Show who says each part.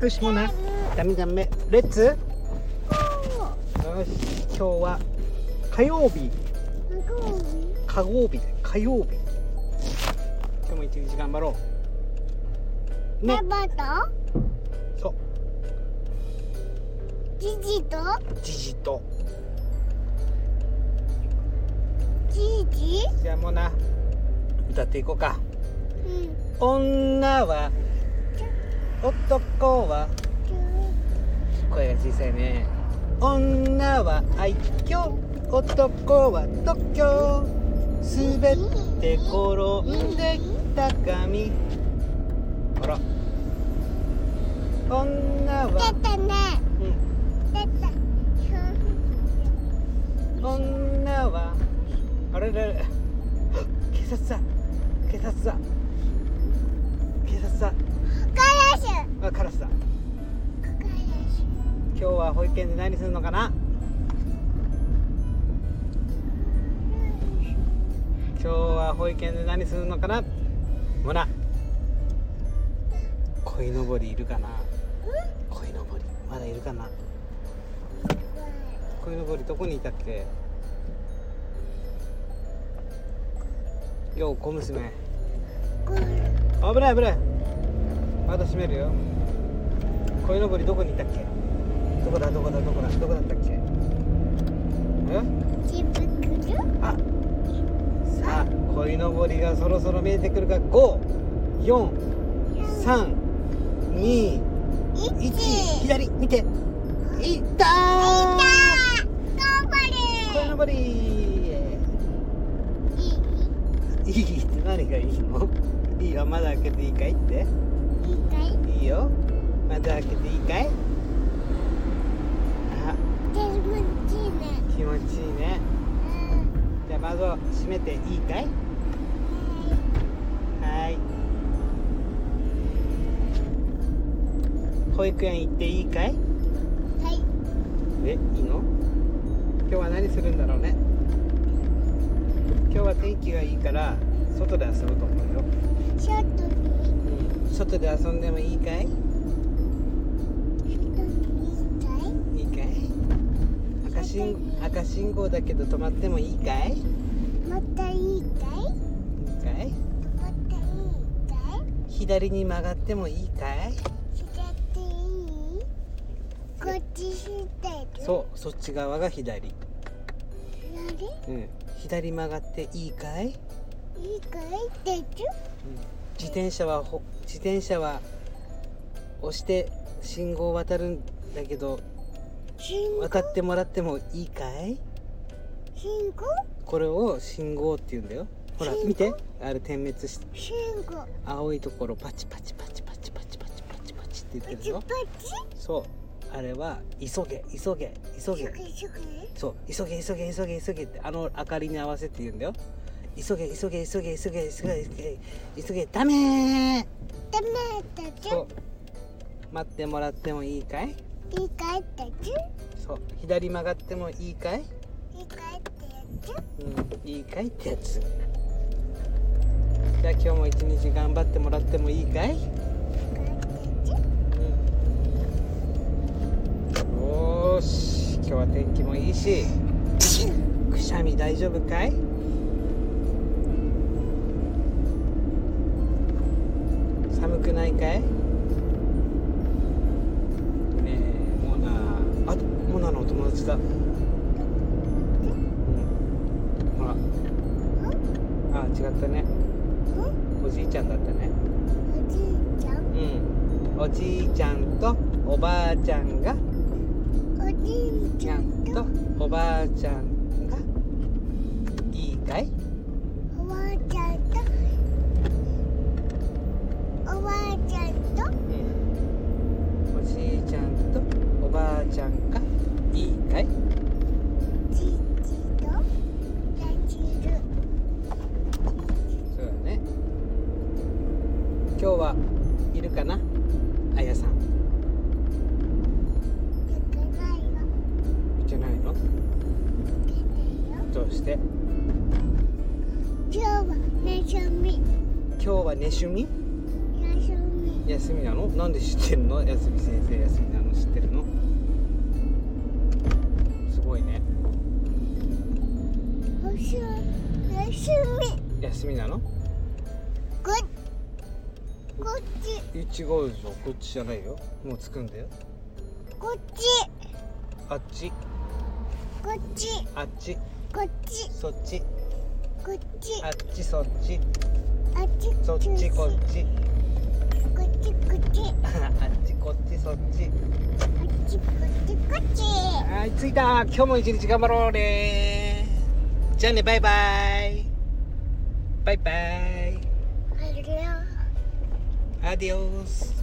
Speaker 1: くしもなダメダメレッツよし今日は火曜日火曜日で火曜日今日も一日頑張ろうね
Speaker 2: パパと
Speaker 1: そう
Speaker 2: ジジと
Speaker 1: じじと
Speaker 2: ジジ
Speaker 1: じゃあもうな歌っていこうか
Speaker 2: うん
Speaker 1: 女は男は声が小さいね女は愛嬌男は特許滑って転んできた髪あら女
Speaker 2: 出
Speaker 1: は、
Speaker 2: たね
Speaker 1: うん
Speaker 2: 出た
Speaker 1: 女はあれれれ警察だ警察だ警察だ
Speaker 2: カラス
Speaker 1: あカラス
Speaker 2: カラス
Speaker 1: だ今日は保育園で何するのかな今日は保育園で何するのかなほら鯉のぼりいるかな鯉のぼりまだいるかな鯉のぼりどこにいたっけよう小娘危ない危ないまだ閉めるよ鯉のぼりどこにいたっけどこだどこだどこだどこだったっけえ
Speaker 2: 自分来る
Speaker 1: あさあ鯉のぼりがそろそろ見えてくるか五四三二一
Speaker 2: 一
Speaker 1: 左見ていたー
Speaker 2: 頑
Speaker 1: 鯉の
Speaker 2: 張
Speaker 1: ぼりい
Speaker 2: れいい
Speaker 1: いって何がいいのいいよまだ開けていいかいって
Speaker 2: いいかい
Speaker 1: いいよまだ開けていいかいあ
Speaker 2: でもいいね
Speaker 1: 気持ちいいねじゃあ窓を閉めていいかいはい。保育園行っていいかい？
Speaker 2: うんはい
Speaker 1: え、いいの？今日は何するんだろうね。今日は天気がいいから外で遊ぶと思うよ。
Speaker 2: ショートに
Speaker 1: 外で遊んでもいいか
Speaker 2: シ
Speaker 1: い？
Speaker 2: ョートにいいかい
Speaker 1: いいかい？赤信赤信号だけど止まってもいいかい？いい
Speaker 2: またいいかい
Speaker 1: か
Speaker 2: またい
Speaker 1: い？
Speaker 2: いかい
Speaker 1: 左に曲がってもいいかい？
Speaker 2: 左っていいこっち左
Speaker 1: そう、そっち側が左。
Speaker 2: 左
Speaker 1: うん。左曲がっていいか
Speaker 2: い
Speaker 1: い？
Speaker 2: いかい出る
Speaker 1: 自転車はほ自転車は押して信号を渡るんだけど
Speaker 2: 信号
Speaker 1: 渡ってもらってもいいかい
Speaker 2: 信号
Speaker 1: これを信号って言うんだよほら
Speaker 2: 信号
Speaker 1: 見てあれ点滅して
Speaker 2: 信号
Speaker 1: 青いところパチパチパチパチパチパチパチパチって言っ
Speaker 2: パ
Speaker 1: てる
Speaker 2: チパ
Speaker 1: よ
Speaker 2: チ
Speaker 1: そうあれは急げ急げ急
Speaker 2: シ
Speaker 1: げ
Speaker 2: ュクシュク
Speaker 1: そう急げ急げ急げ急げってあの明かりに合わせて言うんだよ急げ急げ急げ急げ急げ急げ急げダメー
Speaker 2: ダメだじ
Speaker 1: そう待ってもらってもいいかい
Speaker 2: いいかいだじ
Speaker 1: そう左曲がってもいいかい、
Speaker 2: いいかいだじ
Speaker 1: うん、いいかいってやつじゃあ今日も一日頑張ってもらってもいいかい、うん、よーし今日は天気もいいしくしゃみ大丈夫かい寒くないかいねえモナあモナのお友達だ、うん、ほらあ違ったねおじいちゃんだったね
Speaker 2: おじいちゃん
Speaker 1: うんおじいちゃんとおばあちゃんが
Speaker 2: おじい
Speaker 1: ち
Speaker 2: ち
Speaker 1: ゃ
Speaker 2: ゃ
Speaker 1: ん
Speaker 2: ん
Speaker 1: と
Speaker 2: と
Speaker 1: おばあちゃんがいいかい
Speaker 2: おばあちゃんとおばあちゃんと
Speaker 1: おじいちゃんとおばあちゃんがいいかい
Speaker 2: じじとだじる
Speaker 1: そうだね今日はいるかなあやさん
Speaker 2: 出てないよ
Speaker 1: いてないの
Speaker 2: 出てないよ
Speaker 1: どうして
Speaker 2: 今日は休み
Speaker 1: 今日はね趣味
Speaker 2: 休み
Speaker 1: 休みなのなんで知ってんの安み先生休みなの知ってるのすごいね
Speaker 2: おしゃ休み
Speaker 1: 休みなの
Speaker 2: ここっち
Speaker 1: え違うぞこっちじゃないよもう着くんだよ
Speaker 2: こっち
Speaker 1: あっち
Speaker 2: こっち
Speaker 1: あっち
Speaker 2: こっち
Speaker 1: そっち
Speaker 2: こっち
Speaker 1: あっちそっち
Speaker 2: あっち
Speaker 1: そっちこっち
Speaker 2: こっちこっち
Speaker 1: あっちこっちそっち
Speaker 2: あっちこっちこっち
Speaker 1: はい着いた今日も一日頑張ろうねじゃあねバイバイバイバイ
Speaker 2: あるよ
Speaker 1: アディオス